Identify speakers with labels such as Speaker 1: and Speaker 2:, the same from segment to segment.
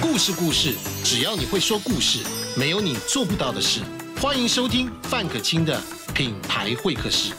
Speaker 1: 故事故事，只要你会说故事，没有你做不到的事。欢迎收听范可清的品牌会客室。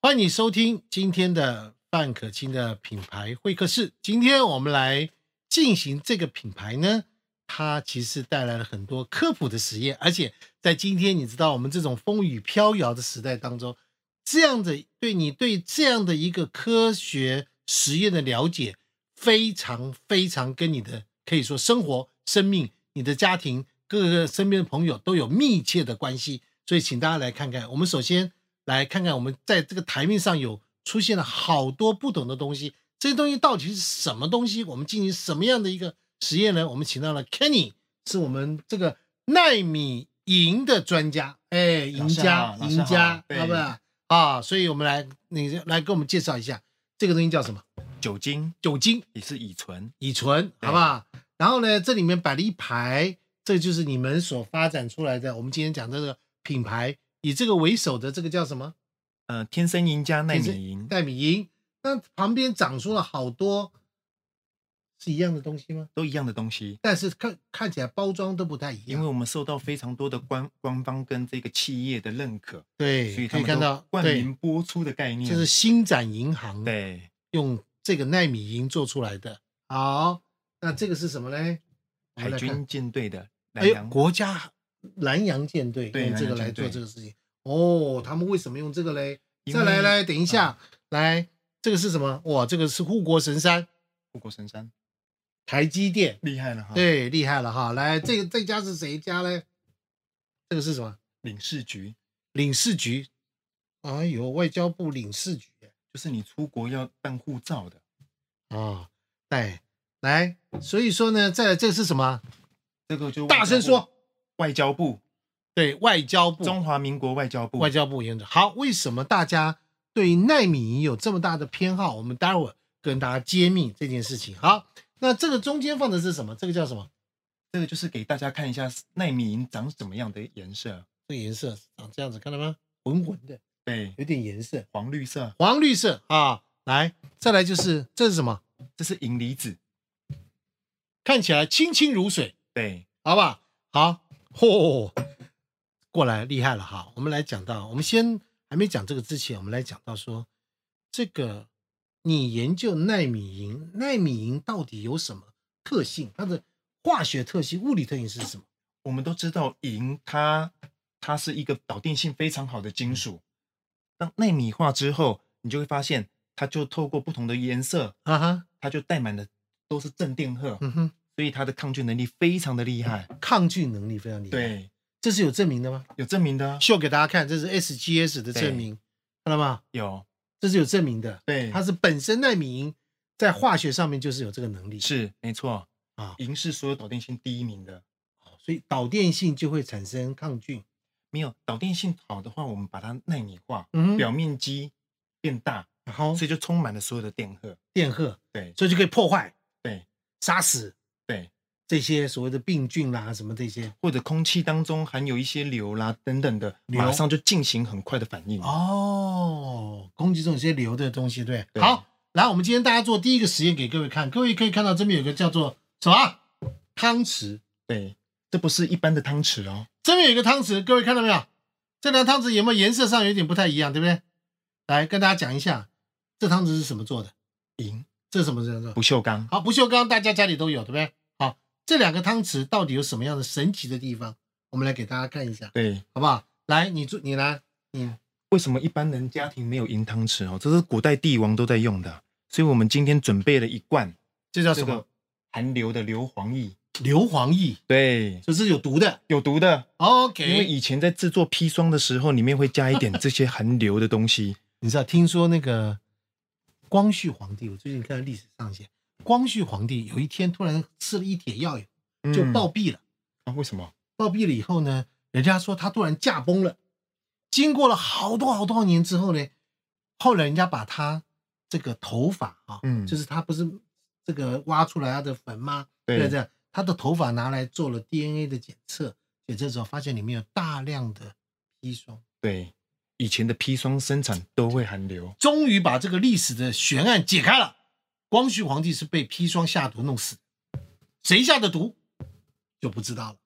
Speaker 1: 欢迎你收听今天的范可清的品牌会客室。今天我们来进行这个品牌呢，它其实带来了很多科普的实验，而且在今天你知道我们这种风雨飘摇的时代当中，这样的对你对这样的一个科学实验的了解，非常非常跟你的可以说生活、生命、你的家庭、各个身边的朋友都有密切的关系。所以，请大家来看看。我们首先来看看我们在这个台面上有出现了好多不同的东西，这些东西到底是什么东西？我们进行什么样的一个实验呢？我们请到了 Kenny，是我们这个纳米银的专家，哎，赢家，
Speaker 2: 老师好
Speaker 1: 赢家，
Speaker 2: 老师好
Speaker 1: 好不好？啊，所以我们来，你来给我们介绍一下这个东西叫什么？
Speaker 2: 酒精
Speaker 1: 酒精
Speaker 2: 也是乙醇，
Speaker 1: 乙醇，
Speaker 2: 对
Speaker 1: 好不好？然后呢，这里面摆了一排，这就是你们所发展出来的。我们今天讲这个品牌，以这个为首的这个叫什么？
Speaker 2: 呃，天生赢家纳米银，
Speaker 1: 戴米银。那旁边长出了好多是一样的东西吗？
Speaker 2: 都一样的东西。
Speaker 1: 但是看看起来包装都不太一
Speaker 2: 因
Speaker 1: 样
Speaker 2: 为。我们受到非常多的官官方跟这个企业的认可，
Speaker 1: 对，
Speaker 2: 所以
Speaker 1: 可
Speaker 2: 他
Speaker 1: 以
Speaker 2: 们
Speaker 1: 看
Speaker 2: 都
Speaker 1: 到，
Speaker 2: 冠
Speaker 1: 对
Speaker 2: 名，播出的概念，
Speaker 1: 这是星展银行
Speaker 2: 对
Speaker 1: 用这个纳米银做出来的。好，那这个是什么嘞？我们
Speaker 2: 海
Speaker 1: 来看
Speaker 2: 军舰队的
Speaker 1: 哎
Speaker 2: 南
Speaker 1: 呦，
Speaker 2: 洋，
Speaker 1: 国家南洋舰队
Speaker 2: 对
Speaker 1: 用这个
Speaker 2: 南洋舰
Speaker 1: 来做
Speaker 2: 队
Speaker 1: 这个事情。哦，他们为什么用这个嘞？
Speaker 2: 因
Speaker 1: 再来
Speaker 2: 为啊
Speaker 1: 来，等一下，来，这个是什么？哇，这个是护国神山
Speaker 2: 护国神山
Speaker 1: 台积电，
Speaker 2: 厉害了哈，，
Speaker 1: 对，厉害了哈。来，这个这家是谁家嘞？这个是什么？
Speaker 2: 领事局
Speaker 1: 领事局。哎呦，外交部领事局
Speaker 2: 就是你出国要办护照的，
Speaker 1: 啊、哦，哎，来，所以说呢，再来这个是什么？
Speaker 2: 这个就
Speaker 1: 大声说，，
Speaker 2: 外交部，
Speaker 1: 对外交部，
Speaker 2: 中华民国外交部
Speaker 1: 外，交部原则。好，为什么大家对纳米银有这么大的偏好？我们待会儿跟大家揭秘这件事情。好，那这个中间放的是什么？这个叫什么？
Speaker 2: 这个就是给大家看一下纳米银长什么样的颜色，
Speaker 1: 这个颜色长这样子，看到吗？浑浑的，
Speaker 2: 对，
Speaker 1: 有点颜色，
Speaker 2: 黄绿色，
Speaker 1: 黄绿色啊。来，再来就是这是什么？
Speaker 2: 这是银离子，
Speaker 1: 看起来清清如水，
Speaker 2: 对，
Speaker 1: 好吧？好，嚯、过来厉害了哈！我们来讲到，我们先还没讲这个之前，我们来讲到说，这个你研究纳米银，纳米银到底有什么特性？它的化学特性、物理特性是什么？
Speaker 2: 我们都知道银它它是一个导电性非常好的
Speaker 1: 嗯
Speaker 2: 金属，当纳米化之后，你就会发现它就透过不同的颜色，
Speaker 1: 啊哈，
Speaker 2: 它就带满了都是正电荷，
Speaker 1: 嗯哎哼，
Speaker 2: 所以它的抗菌能力非常的厉害。
Speaker 1: 抗菌能力非常厉害。，
Speaker 2: 对，
Speaker 1: 这是有证明的吗？
Speaker 2: 有证明的啊，
Speaker 1: 秀给大家看，这是 SGS 的证明，看到吗？
Speaker 2: 有
Speaker 1: 这是有证明的。
Speaker 2: 对
Speaker 1: 它是本身纳米银在化学上面就是有这个能力
Speaker 2: 是没错
Speaker 1: 啊
Speaker 2: 银是所有导电性第一名的。
Speaker 1: 所以导电性就会产生抗菌。
Speaker 2: 没有导电性好的话，我们把它纳米化，
Speaker 1: 嗯
Speaker 2: 表面积变大，
Speaker 1: 然后
Speaker 2: 所以就充满了所有的电荷。
Speaker 1: 电荷，
Speaker 2: 对
Speaker 1: 所以就可以破坏、
Speaker 2: 对
Speaker 1: 杀死
Speaker 2: 对，
Speaker 1: 这些所谓的病菌啦、什么这些。
Speaker 2: 或者空气当中含有一些硫啦等等的，
Speaker 1: 硫
Speaker 2: 马上就进行很快的反应。
Speaker 1: 哦，攻击这种些硫的东西，对。
Speaker 2: 对
Speaker 1: 好，来，我们今天大家做第一个实验给各位看，各位可以看到这边有个叫做什么啊汤匙，
Speaker 2: 对，这不是一般的汤匙哦，
Speaker 1: 这边有一个汤匙，各位看到没有？这两汤匙有没有颜色上有点不太一样，对不对？来跟大家讲一下，这汤匙是什么做的？
Speaker 2: 银
Speaker 1: 这是什么做的？
Speaker 2: 不锈钢。
Speaker 1: 好，不锈钢大家家里都有，对不对？好，这两个汤匙到底有什么样的神奇的地方？我们来给大家看一下，
Speaker 2: 对，
Speaker 1: 好不好？来，你做，你来，你
Speaker 2: 为什么一般人家庭没有银汤匙哦？这是古代帝王都在用的，所以我们今天准备了一罐
Speaker 1: 这叫
Speaker 2: 这
Speaker 1: 什么
Speaker 2: 个？含硫的硫磺液。
Speaker 1: 硫磺液，
Speaker 2: 对，
Speaker 1: 就是有毒的。
Speaker 2: 有毒的，因为
Speaker 1: OK，
Speaker 2: 以前在制作砒霜的时候，里面会加一点这些含硫的东西。
Speaker 1: 你知道，听说那个光绪皇帝，我最近看到历史上写，光绪皇帝有一天突然吃了一帖药以后 就
Speaker 2: 嗯
Speaker 1: 暴毙了。
Speaker 2: 啊？为什么？
Speaker 1: 暴毙了以后呢，人家说他突然驾崩了。经过了好多好多年之后呢，后来人家把他这个头发啊，
Speaker 2: 嗯
Speaker 1: 就是他不是这个挖出来他的坟吗？
Speaker 2: 对
Speaker 1: 不对？他的头发拿来做了 DNA 的检测，检测之后发现里面有大量的砒霜。
Speaker 2: 对，以前的砒霜生产都会含硫。
Speaker 1: 终于把这个历史的悬案解开了。光绪皇帝是被砒霜下毒弄死的，谁下的毒就不知道了，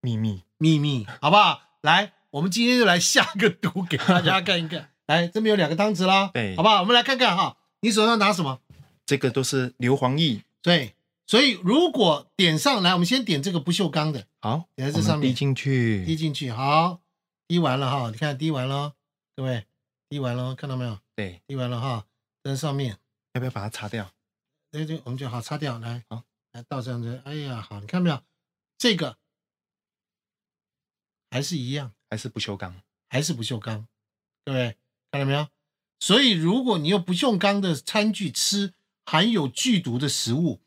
Speaker 2: 秘密。
Speaker 1: 秘密，好不好？来，我们今天就来下个毒给大 家看一看。来，这边有两个汤匙啦，
Speaker 2: 对
Speaker 1: 好不好？我们来看看哈，你手上拿什么？
Speaker 2: 这个都是硫磺液。
Speaker 1: 对，所以如果点上来，我们先点这个不锈钢的，
Speaker 2: 好，
Speaker 1: 也在这
Speaker 2: 我们
Speaker 1: 上面
Speaker 2: 滴进
Speaker 1: 滴
Speaker 2: 去。
Speaker 1: 进去，好，滴完了哈，你看滴完了，各位，滴完了，看到没有？
Speaker 2: 对，
Speaker 1: 滴完了哈，在上面，
Speaker 2: 要不要把它擦掉？
Speaker 1: 对对，我们就好擦掉，来，
Speaker 2: 好，
Speaker 1: 来倒上去，哎呀，好，你看到没有？这个还是一样，
Speaker 2: 还是不锈钢？
Speaker 1: 还是不锈钢，各位看到没有？所以如果你用不锈钢的餐具吃含有剧毒的食物，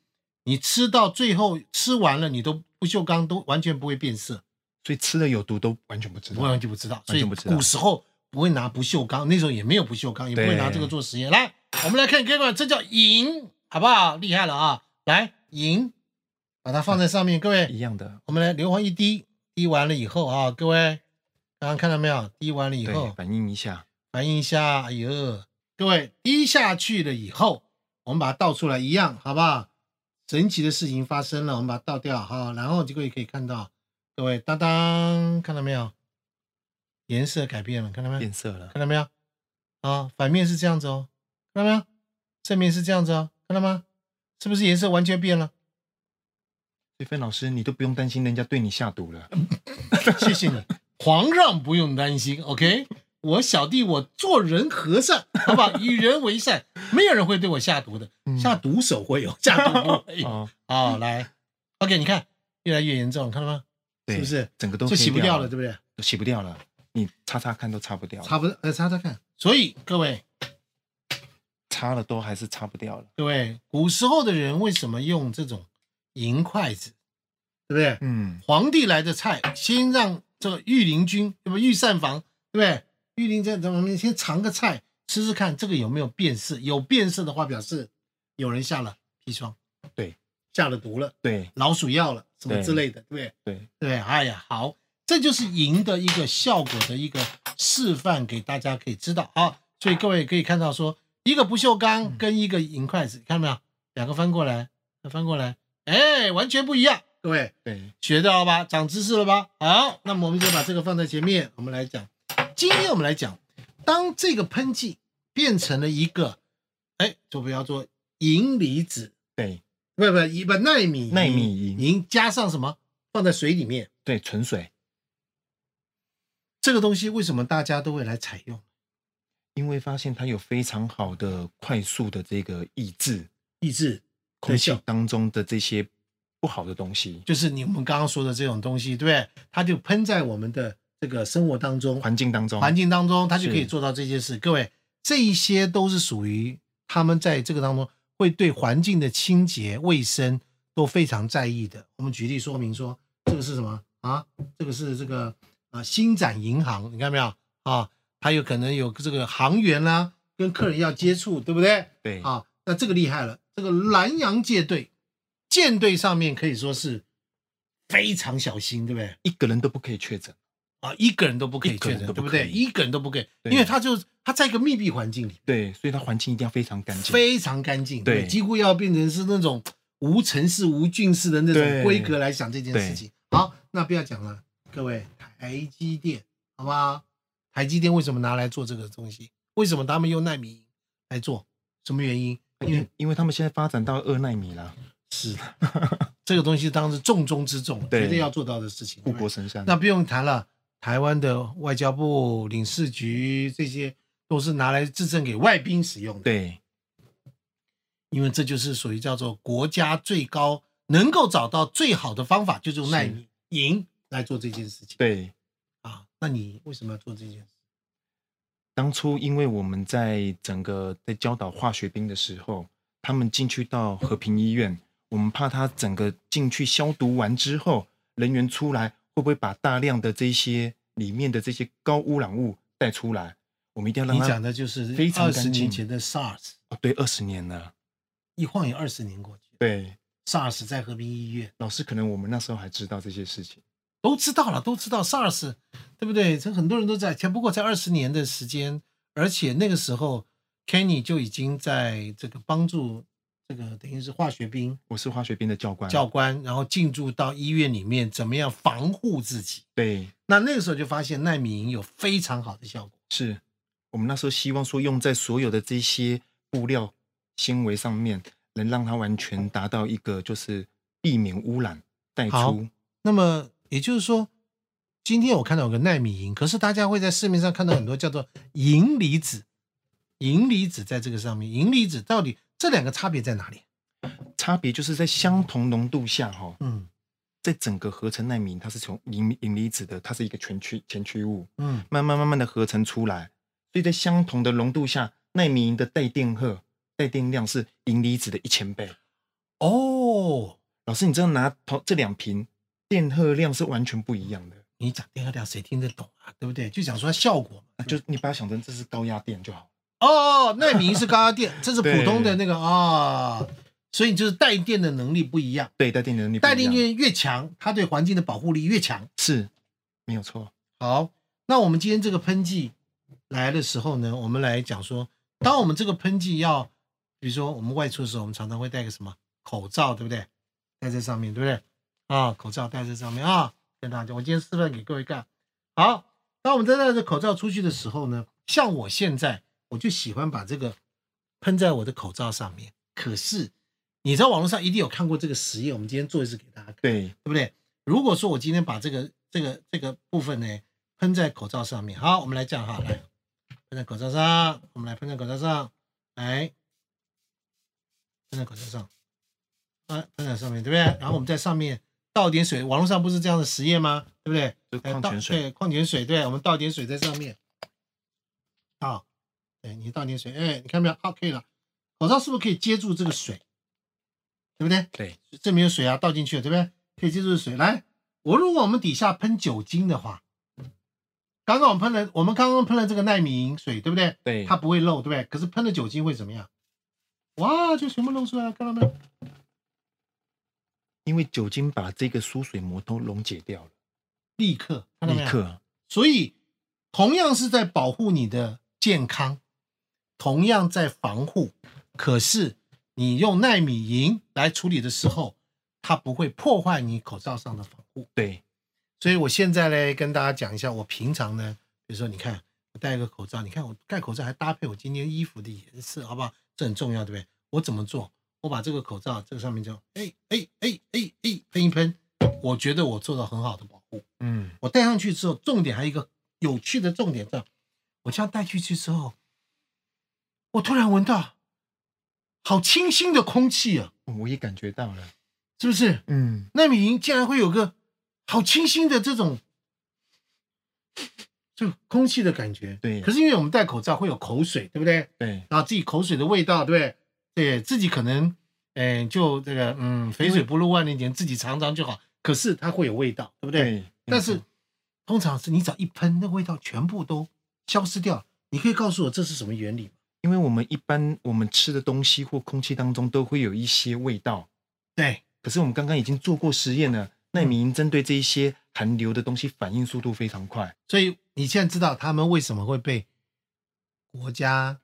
Speaker 1: 你吃到最后吃完了，你都不锈钢都完全不会变色。
Speaker 2: 所以吃了有毒都完全不知
Speaker 1: 我
Speaker 2: 道
Speaker 1: 完。全不知道，所
Speaker 2: 完
Speaker 1: 以
Speaker 2: 全不知道
Speaker 1: 古时候不会拿不锈钢，那时候也没有不锈钢，也不会
Speaker 2: 对
Speaker 1: 拿这个做实验。来，我们来看各位，这叫银，好不好？厉害了啊！来，银，把它放在上面，各
Speaker 2: 一
Speaker 1: 位，
Speaker 2: 样的，
Speaker 1: 我们来硫磺一滴，滴完了以后啊，各位，刚刚看到没有？滴完了以
Speaker 2: 对，
Speaker 1: 后，
Speaker 2: 反应一下。
Speaker 1: 反应一下，哎呦，各位，滴下去了以后，我们把它倒出来，一样，好不好？神奇的事情发生了，我们把它倒掉哈，然后各位可以看到，各位当当，看到没有？颜色改变了，看到没有
Speaker 2: 变？色了。
Speaker 1: 看到没有？啊，反面是这样子哦，看到没有？正面是这样子哦，看到吗？是不是颜色完全变了？
Speaker 2: 所以芬老师，你都不用担心人家对你下毒了。
Speaker 1: 嗯 谢谢你，皇上不用担心，OK？我小弟我做人和善，好不好？与人为善，没有人会对我下毒的，
Speaker 2: 嗯
Speaker 1: 下毒手会有，下毒 不会有。
Speaker 2: 哦，
Speaker 1: 好，来，OK，你看越来越严重，看到吗？
Speaker 2: 对，
Speaker 1: 是不是
Speaker 2: 整个都
Speaker 1: 就洗不掉了，
Speaker 2: 了？
Speaker 1: 对不对？
Speaker 2: 都洗不掉了，你擦擦看都擦不掉了，
Speaker 1: 擦不呃擦擦看，所以各位
Speaker 2: 擦了都还是擦不掉了。
Speaker 1: 各位，古时候的人为什么用这种银筷子，对不对？
Speaker 2: 嗯，
Speaker 1: 皇帝来的菜，先让这个御林军，对不御膳房，对不对？御林在咱们先尝个菜，吃吃看这个有没有变色。有变色的话，表示有人下了砒霜，
Speaker 2: 对，
Speaker 1: 下了毒了，
Speaker 2: 对
Speaker 1: 老鼠药了，什么
Speaker 2: 对
Speaker 1: 之类的，对不对？
Speaker 2: 对，
Speaker 1: 对，哎呀，好，这就是赢的一个效果的一个示范，给大家可以知道啊。所以各位可以看到说，一个不锈钢跟一个银筷子，看到没有？两个翻过来，再翻过来，哎，完全不一样，各位。
Speaker 2: 对，
Speaker 1: 学到了吧？长知识了吧？好，那么我们就把这个放在前面，我们来讲。今天我们来讲，当这个喷剂变成了一个，哎，就不要做银离子，
Speaker 2: 对，
Speaker 1: 不不一不纳米
Speaker 2: 纳米银
Speaker 1: 银加上什么放在水里面，
Speaker 2: 对，纯水，
Speaker 1: 这个东西为什么大家都会来采用？
Speaker 2: 因为发现它有非常好的快速的这个抑制
Speaker 1: 抑制
Speaker 2: 空气
Speaker 1: 效
Speaker 2: 当中的这些不好的东西，
Speaker 1: 就是你们刚刚说的这种东西，对不对？它就喷在我们的这个生活当中，
Speaker 2: 环境当中，
Speaker 1: 环境当中，他就可以
Speaker 2: 是
Speaker 1: 做到这些事。各位，这一些都是属于他们在这个当中会对环境的清洁卫生都非常在意的。我们举例说明说，这个是什么啊？这个是这个啊星展银行，你看到没有啊？它有可能有这个行员啦、跟客人要接触，对不对？
Speaker 2: 对，
Speaker 1: 啊，那这个厉害了，这个南洋舰队，舰队上面可以说是非常小心，对不对？
Speaker 2: 一个人都不可以确诊，
Speaker 1: 啊，一个人都不可以
Speaker 2: 一个
Speaker 1: 确
Speaker 2: 人
Speaker 1: 诊，
Speaker 2: 都
Speaker 1: 对
Speaker 2: 不
Speaker 1: 不
Speaker 2: 可
Speaker 1: 对？
Speaker 2: 以
Speaker 1: 一个人都不可以，
Speaker 2: 对
Speaker 1: 因为他就他在一个密闭环境里，
Speaker 2: 对，所以它环境一定要非常干净，
Speaker 1: 非常干净，
Speaker 2: 对
Speaker 1: 几乎要变成是那种无城市、无郡市的那种
Speaker 2: 对
Speaker 1: 规格来想这件事情。好，那不要讲了，各位，台积电，好不好？台积电为什么拿来做这个东西？为什么他们用纳米来做？什么原因？因
Speaker 2: 因
Speaker 1: 为
Speaker 2: 为因为他们现在发展到二纳米啦，
Speaker 1: 是的这个东西，当然是重中之重，
Speaker 2: 对
Speaker 1: 绝对要做到的事情。
Speaker 2: 护
Speaker 1: 对不对
Speaker 2: 国神山，
Speaker 1: 那不用谈了，台湾的外交部、领事局这些都是拿来制证给外宾使用的，
Speaker 2: 对
Speaker 1: 因为这就是属于叫做国家最高能够找到最好的方法，就是用纳
Speaker 2: 是
Speaker 1: 米银来做这件事情。
Speaker 2: 对，
Speaker 1: 啊，那你为什么要做这件事？
Speaker 2: 当初因为我们在整个在教导化学兵的时候，他们进去到和平医院，我们怕他整个进去消毒完之后，人员出来会不会把大量的这些里面的这些高污染物带出来？我们一定要让
Speaker 1: 你
Speaker 2: 他
Speaker 1: 讲的就是
Speaker 2: 非常
Speaker 1: 二十
Speaker 2: 干净
Speaker 1: 年前的 SARS，
Speaker 2: 哦，对，二十年了，
Speaker 1: 一晃也二十年过去
Speaker 2: 对，
Speaker 1: ，SARS 在和平医院
Speaker 2: 老师可能我们那时候还知道这些事情，
Speaker 1: 都知道了，都知道 SARS，对不对？这很多人都在，前不过才二十年的时间，而且那个时候 Kenny 就已经在这个帮助这个等于是化学兵
Speaker 2: 我是化学兵的教官，
Speaker 1: 教官，然后进驻到医院里面，怎么样防护自己？
Speaker 2: 对，
Speaker 1: 那那个时候就发现难民营有非常好的效果。
Speaker 2: 是我们那时候希望说用在所有的这些布料纤维上面，能让它完全达到一个就是避免污染带
Speaker 1: 好
Speaker 2: 出。
Speaker 1: 那么也就是说，今天我看到有个纳米银，可是大家会在市面上看到很多叫做银离子，银离子在这个上面，银离子到底这两个差别在哪里？
Speaker 2: 差别就是在相同浓度下哈、
Speaker 1: 嗯
Speaker 2: 在整个合成纳米，它是从银银离子的，它是一个全区前驱物，
Speaker 1: 嗯，
Speaker 2: 慢慢慢慢的合成出来。所以在相同的浓度下，纳米银的带电荷带电量是银离子的一千倍。
Speaker 1: 哦，
Speaker 2: 老师，你知道拿同这两瓶电荷量是完全不一样的，
Speaker 1: 你讲电荷量谁听得懂啊？对不对？就讲说效果嘛。
Speaker 2: 就你把它想成这是高压电就好。
Speaker 1: 哦，纳米银是高压电，这是普
Speaker 2: 对
Speaker 1: 通的那个啊、所以就是带电的能力不一样，
Speaker 2: 对，带电能力不一
Speaker 1: 带
Speaker 2: 样
Speaker 1: 电越越强，它对环境的保护力越强。
Speaker 2: 是没有错。
Speaker 1: 好，那我们今天这个喷剂来的时候呢，我们来讲说，当我们这个喷剂要，比如说我们外出的时候，我们常常会戴个什么口罩，对不对？戴在上面，对不对？啊，口罩戴在上面啊，跟大家讲，我今天示范给各位看。好，当我们在戴着口罩出去的时候呢，像我现在，我就喜欢把这个喷在我的口罩上面。可是，你在网络上一定有看过这个实验，我们今天做一次给大家看。
Speaker 2: 对，
Speaker 1: 对不对？如果说我今天把这个这个这个部分呢喷在口罩上面，好，我们来这样哈，来喷在口罩上，我们来喷在口罩上，来喷在口罩上，啊，喷在上面，对不对？然后我们在上面倒点水，网络上不是这样的实验吗？对不对？
Speaker 2: 就
Speaker 1: 哎
Speaker 2: 矿
Speaker 1: 倒
Speaker 2: 泉水
Speaker 1: 对，矿泉水，对，我们倒点水在上面，啊，对你倒点水，哎，你看没有？好，可以了，口罩是不是可以接住这个水？对不对？
Speaker 2: 对，
Speaker 1: 这没有水啊，倒进去了，对不对？可以接触水。来，我如果我们底下喷酒精的话，刚刚我们喷了，我们刚刚喷了这个纳米饮水，对不对？
Speaker 2: 对
Speaker 1: 它不会漏，对不对？可是喷了酒精会怎么样？哇，就全部漏出来了，看到没有？
Speaker 2: 因为酒精把这个疏水膜都溶解掉了，
Speaker 1: 立刻，看到没
Speaker 2: 立
Speaker 1: 有？
Speaker 2: 刻
Speaker 1: 所以，同样是在保护你的健康，同样在防护，可是你用纳米银来处理的时候，它不会破坏你口罩上的防护。
Speaker 2: 对
Speaker 1: 所以我现在呢，跟大家讲一下，我平常呢，比如说你看我戴一个口罩，你看我戴口罩还搭配我今天衣服的颜色，好不好？这很重要，对不对？我怎么做？我把这个口罩这个上面就哎哎哎哎哎喷一喷，我觉得我做到很好的保护。
Speaker 2: 嗯，
Speaker 1: 我戴上去之后，重点还有一个有趣的重点在，我这样戴进去之后，我突然闻到好清新的空气啊，
Speaker 2: 我也感觉到了，
Speaker 1: 是不是？
Speaker 2: 嗯，
Speaker 1: 纳米银竟然会有个好清新的这种就空气的感觉。
Speaker 2: 对
Speaker 1: 可是因为我们戴口罩会有口水，对不对？
Speaker 2: 对，
Speaker 1: 然后自己口水的味道，对不对？对自己可能，嗯、就这个，嗯，肥水不入万年田，自己尝尝就好。可是它会有味道，对不对？
Speaker 2: 对
Speaker 1: 但是
Speaker 2: 没错
Speaker 1: 通常是你只要一喷，那味道全部都消失掉。你可以告诉我这是什么原理吗？
Speaker 2: 因为我们一般我们吃的东西或空气当中都会有一些味道，
Speaker 1: 对，
Speaker 2: 可是我们刚刚已经做过实验了，纳米银针对这一些含硫的东西反应速度非常快，
Speaker 1: 所以你现在知道他们为什么会被国家、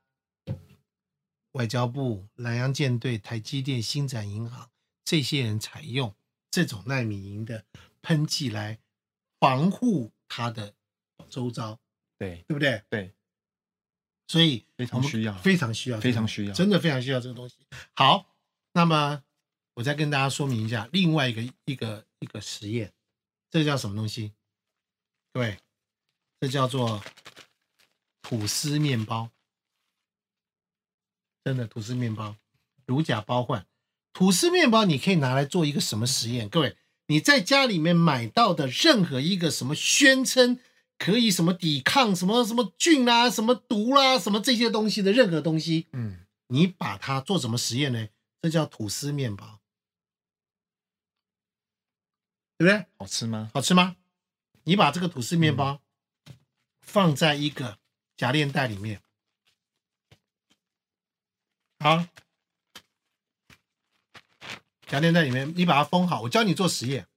Speaker 1: 外交部、南洋舰队、台积电、星展银行这些人采用这种纳米银的喷剂来防护它的周遭，
Speaker 2: 对
Speaker 1: 对不对？
Speaker 2: 对，
Speaker 1: 所以
Speaker 2: 非常
Speaker 1: 我们
Speaker 2: 需要
Speaker 1: 非常需要这个，
Speaker 2: 非常需要
Speaker 1: 真的非常需要这个东西。好，那么我再跟大家说明一下另外一个一个一个实验，这叫什么东西？各位，这叫做吐司面包，真的吐司面包，如假包换。吐司面包你可以拿来做一个什么实验？各位，你在家里面买到的任何一个什么宣称可以什么抵抗什么什么菌啦、什么毒啦、什么这些东西的任何东西，
Speaker 2: 嗯，
Speaker 1: 你把它做什么实验呢？这叫吐司面包，对不对？
Speaker 2: 好吃吗？
Speaker 1: 好吃吗？你把这个吐司面包放在一个夹链袋里面，好，夹链袋里面你把它封好。我教你做实验，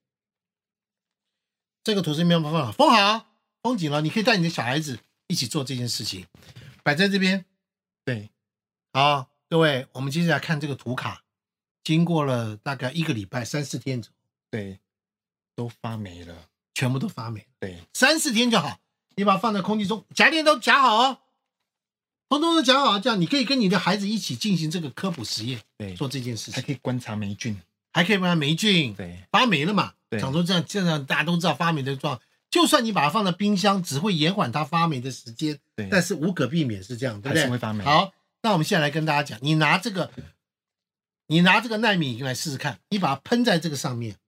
Speaker 1: 这个吐司面包放好，封好，封紧了。你可以带你的小孩子一起做这件事情，摆在这边
Speaker 2: 对，
Speaker 1: 啊。各位，我们接下来看这个图卡，经过了大概一个礼拜、三四天左右，
Speaker 2: 对，都发霉了。
Speaker 1: 全部都发霉了。
Speaker 2: 对，
Speaker 1: 三四天就好，你把它放在空气中，夹链都夹好哦，通通都夹好，这样你可以跟你的孩子一起进行这个科普实验，
Speaker 2: 对，
Speaker 1: 做这件事
Speaker 2: 还
Speaker 1: 情，
Speaker 2: 可以观察霉菌。
Speaker 1: 还可以把霉菌
Speaker 2: 对，
Speaker 1: 发霉了嘛，
Speaker 2: 对
Speaker 1: 长成这样，这样大家都知道发霉的状况。就算你把它放在冰箱，只会延缓它发霉的时间，
Speaker 2: 对，
Speaker 1: 但是无可避免是这样，对不
Speaker 2: 还是会
Speaker 1: 对？
Speaker 2: 发霉。，
Speaker 1: 好，那我们现在来跟大家讲，你拿这个，你拿这个纳米来试试看，你把它喷在这个上面，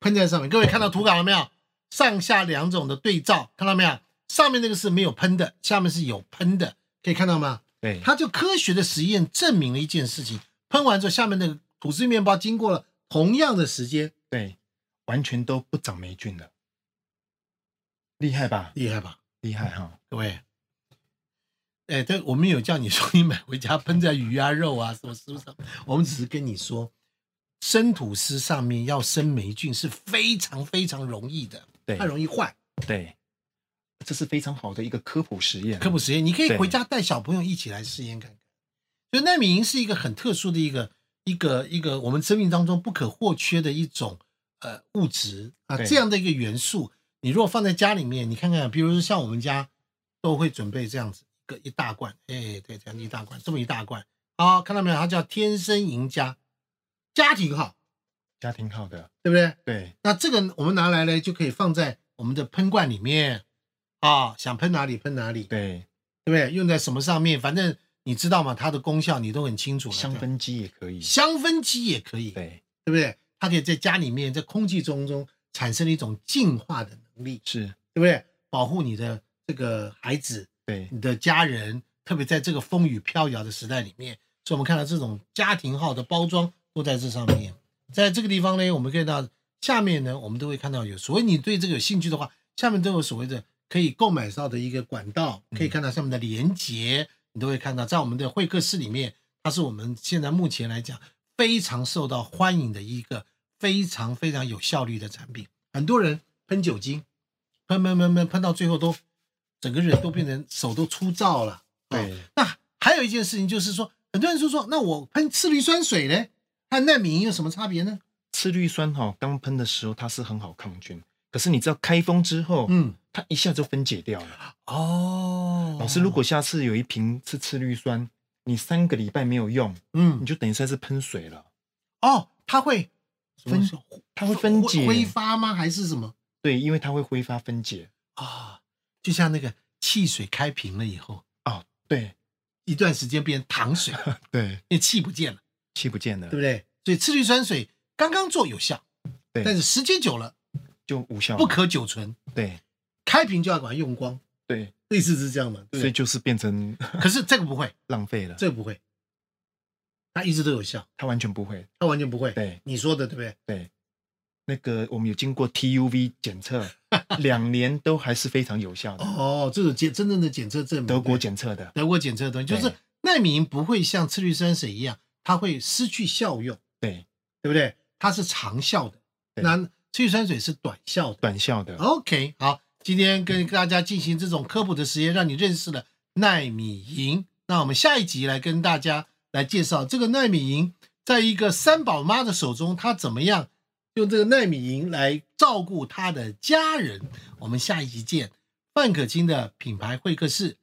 Speaker 1: 喷在上面，各位看到图稿了没有？上下两种的对照，看到没有？上面那个是没有喷的，下面是有喷的，可以看到吗？
Speaker 2: 对，
Speaker 1: 他就科学的实验证明了一件事情：喷完之后，下面那个吐司面包经过了同样的时间，
Speaker 2: 对，完全都不长霉菌了，厉害吧？
Speaker 1: 厉害吧？
Speaker 2: 厉害哈！
Speaker 1: 各位，哎，但我们有叫你说你买回家喷在鱼啊、肉啊什么什么什么，我们只是跟你说，生吐司上面要生霉菌是非常非常容易的，
Speaker 2: 对
Speaker 1: 它容易坏。
Speaker 2: 对，这是非常好的一个科普实验。
Speaker 1: 科普实验，你可以
Speaker 2: 对
Speaker 1: 回家带小朋友一起来试验看看。所以纳米银是一个很特殊的一个一个一个我们生命当中不可或缺的一种呃物质啊，
Speaker 2: 对
Speaker 1: 这样的一个元素，你如果放在家里面，你看看，比如说像我们家都会准备这样子一个一大罐，哎，对，这样一大罐，这么一大罐，好，看到没有？它叫天生赢家，家庭好，
Speaker 2: 家庭好的，
Speaker 1: 对不对？
Speaker 2: 对
Speaker 1: 那这个我们拿来呢，就可以放在我们的喷罐里面啊，想喷哪里喷哪里。
Speaker 2: 对，
Speaker 1: 对不对？用在什么上面？反正你知道嘛，它的功效你都很清楚了。
Speaker 2: 香
Speaker 1: 对吧
Speaker 2: 氛机也可以。
Speaker 1: 香氛机也可以，对
Speaker 2: 对，
Speaker 1: 不对？它可以在家里面，在空气中中产生一种净化的能力，
Speaker 2: 是，
Speaker 1: 对不对？保护你的这个孩子、
Speaker 2: 对
Speaker 1: 你的家人，特别在这个风雨飘摇的时代里面，所以我们看到这种家庭号的包装都在这上面。在这个地方呢，我们看到下面呢，我们都会看到有，所以你对这个有兴趣的话，下面都有所谓的可以购买到的一个管道，
Speaker 2: 嗯
Speaker 1: 可以看到上面的连接，你都会看到在我们的会客室里面，它是我们现在目前来讲非常受到欢迎的一个非常非常有效率的产品。很多人喷酒精，喷喷喷喷喷到最后都整个人都变成手都粗糙了。哦
Speaker 2: 对
Speaker 1: 那还有一件事情就是说，很多人就说，那我喷次氯酸水呢，和难民营有什么差别呢？
Speaker 2: 次氯酸哈、刚喷的时候它是很好抗菌，可是你知道开封之后，
Speaker 1: 嗯，
Speaker 2: 它一下就分解掉了。
Speaker 1: 哦
Speaker 2: 老师，如果下次有一瓶是次氯酸，你三个礼拜没有用，你
Speaker 1: 嗯
Speaker 2: 就等于算是喷水了。
Speaker 1: 哦，它会
Speaker 2: 什么
Speaker 1: 分
Speaker 2: 时它会分解
Speaker 1: 挥发吗？还是什么
Speaker 2: 对，因为它会挥发分解。
Speaker 1: 啊、就像那个汽水开瓶了以后，
Speaker 2: 哦，对
Speaker 1: 一段时间变糖 水，
Speaker 2: 对，
Speaker 1: 因为气不见了，
Speaker 2: 气不见了
Speaker 1: 对，不对？所以次氯酸水刚刚做有效，
Speaker 2: 对
Speaker 1: 但是时间久了
Speaker 2: 就无效了。
Speaker 1: 不可久存，
Speaker 2: 对
Speaker 1: 开瓶就要把它用光，
Speaker 2: 对，
Speaker 1: 类似是这样嘛？对不
Speaker 2: 所以
Speaker 1: 对？
Speaker 2: 就是变成
Speaker 1: 可是这个不会，
Speaker 2: 浪费了。
Speaker 1: 这个不会，它一直都有效，
Speaker 2: 它完全不会。
Speaker 1: 它完全不会。
Speaker 2: 对
Speaker 1: 你说的对不对？
Speaker 2: 对，那个我们有经过 TUV 检测，两年都还是非常有效的。
Speaker 1: 哦，这种检真正的检测证明，
Speaker 2: 德国
Speaker 1: 对
Speaker 2: 检测的，
Speaker 1: 德国检测的东西，就是
Speaker 2: 对
Speaker 1: 纳米银不会像次氯酸水一样，它会失去效用，
Speaker 2: 对，
Speaker 1: 对不对？它是长效的，
Speaker 2: 对
Speaker 1: 那次氯酸水是短效的。
Speaker 2: 短效
Speaker 1: 哦
Speaker 2: 的。
Speaker 1: OK，好，今天跟大家进行这种科普的实验，让你认识了纳米银。那我们下一集来跟大家来介绍这个纳米银，在一个三宝妈的手中，她怎么样用这个纳米银来照顾她的家人。我们下一集见。范可清的品牌会客室，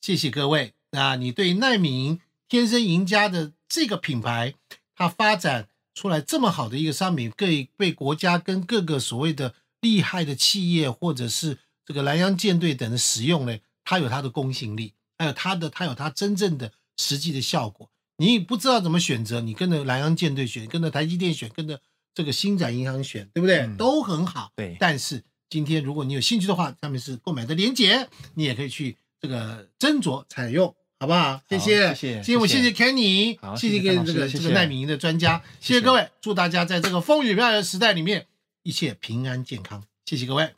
Speaker 1: 谢谢各位。那你对奈米银天生赢家的这个品牌，它发展出来这么好的一个商品，被被国家跟各个所谓的厉害的企业或者是这个南洋舰队等的使用呢，它有它的公信力，还有它的它有它真正的实际的效果。你不知道怎么选择，你跟着南洋舰队选，跟着台积电选，跟着这个星展银行选，对不对？
Speaker 2: 嗯
Speaker 1: 都很好。
Speaker 2: 对
Speaker 1: 但是今天如果你有兴趣的话，上面是购买的链接，你也可以去这个斟酌采用，好不好？谢
Speaker 2: 谢谢
Speaker 1: 今天我谢谢
Speaker 2: 谢
Speaker 1: Kenny，
Speaker 2: 好
Speaker 1: 谢
Speaker 2: 谢谢
Speaker 1: 这个
Speaker 2: 康老
Speaker 1: 这
Speaker 2: 师
Speaker 1: 个
Speaker 2: 谢
Speaker 1: 这
Speaker 2: 谢
Speaker 1: 个耐民的专家，谢谢
Speaker 2: 谢谢
Speaker 1: 各位，祝大家在这个风雨飘摇的时代里面一切平安健康，谢谢各位。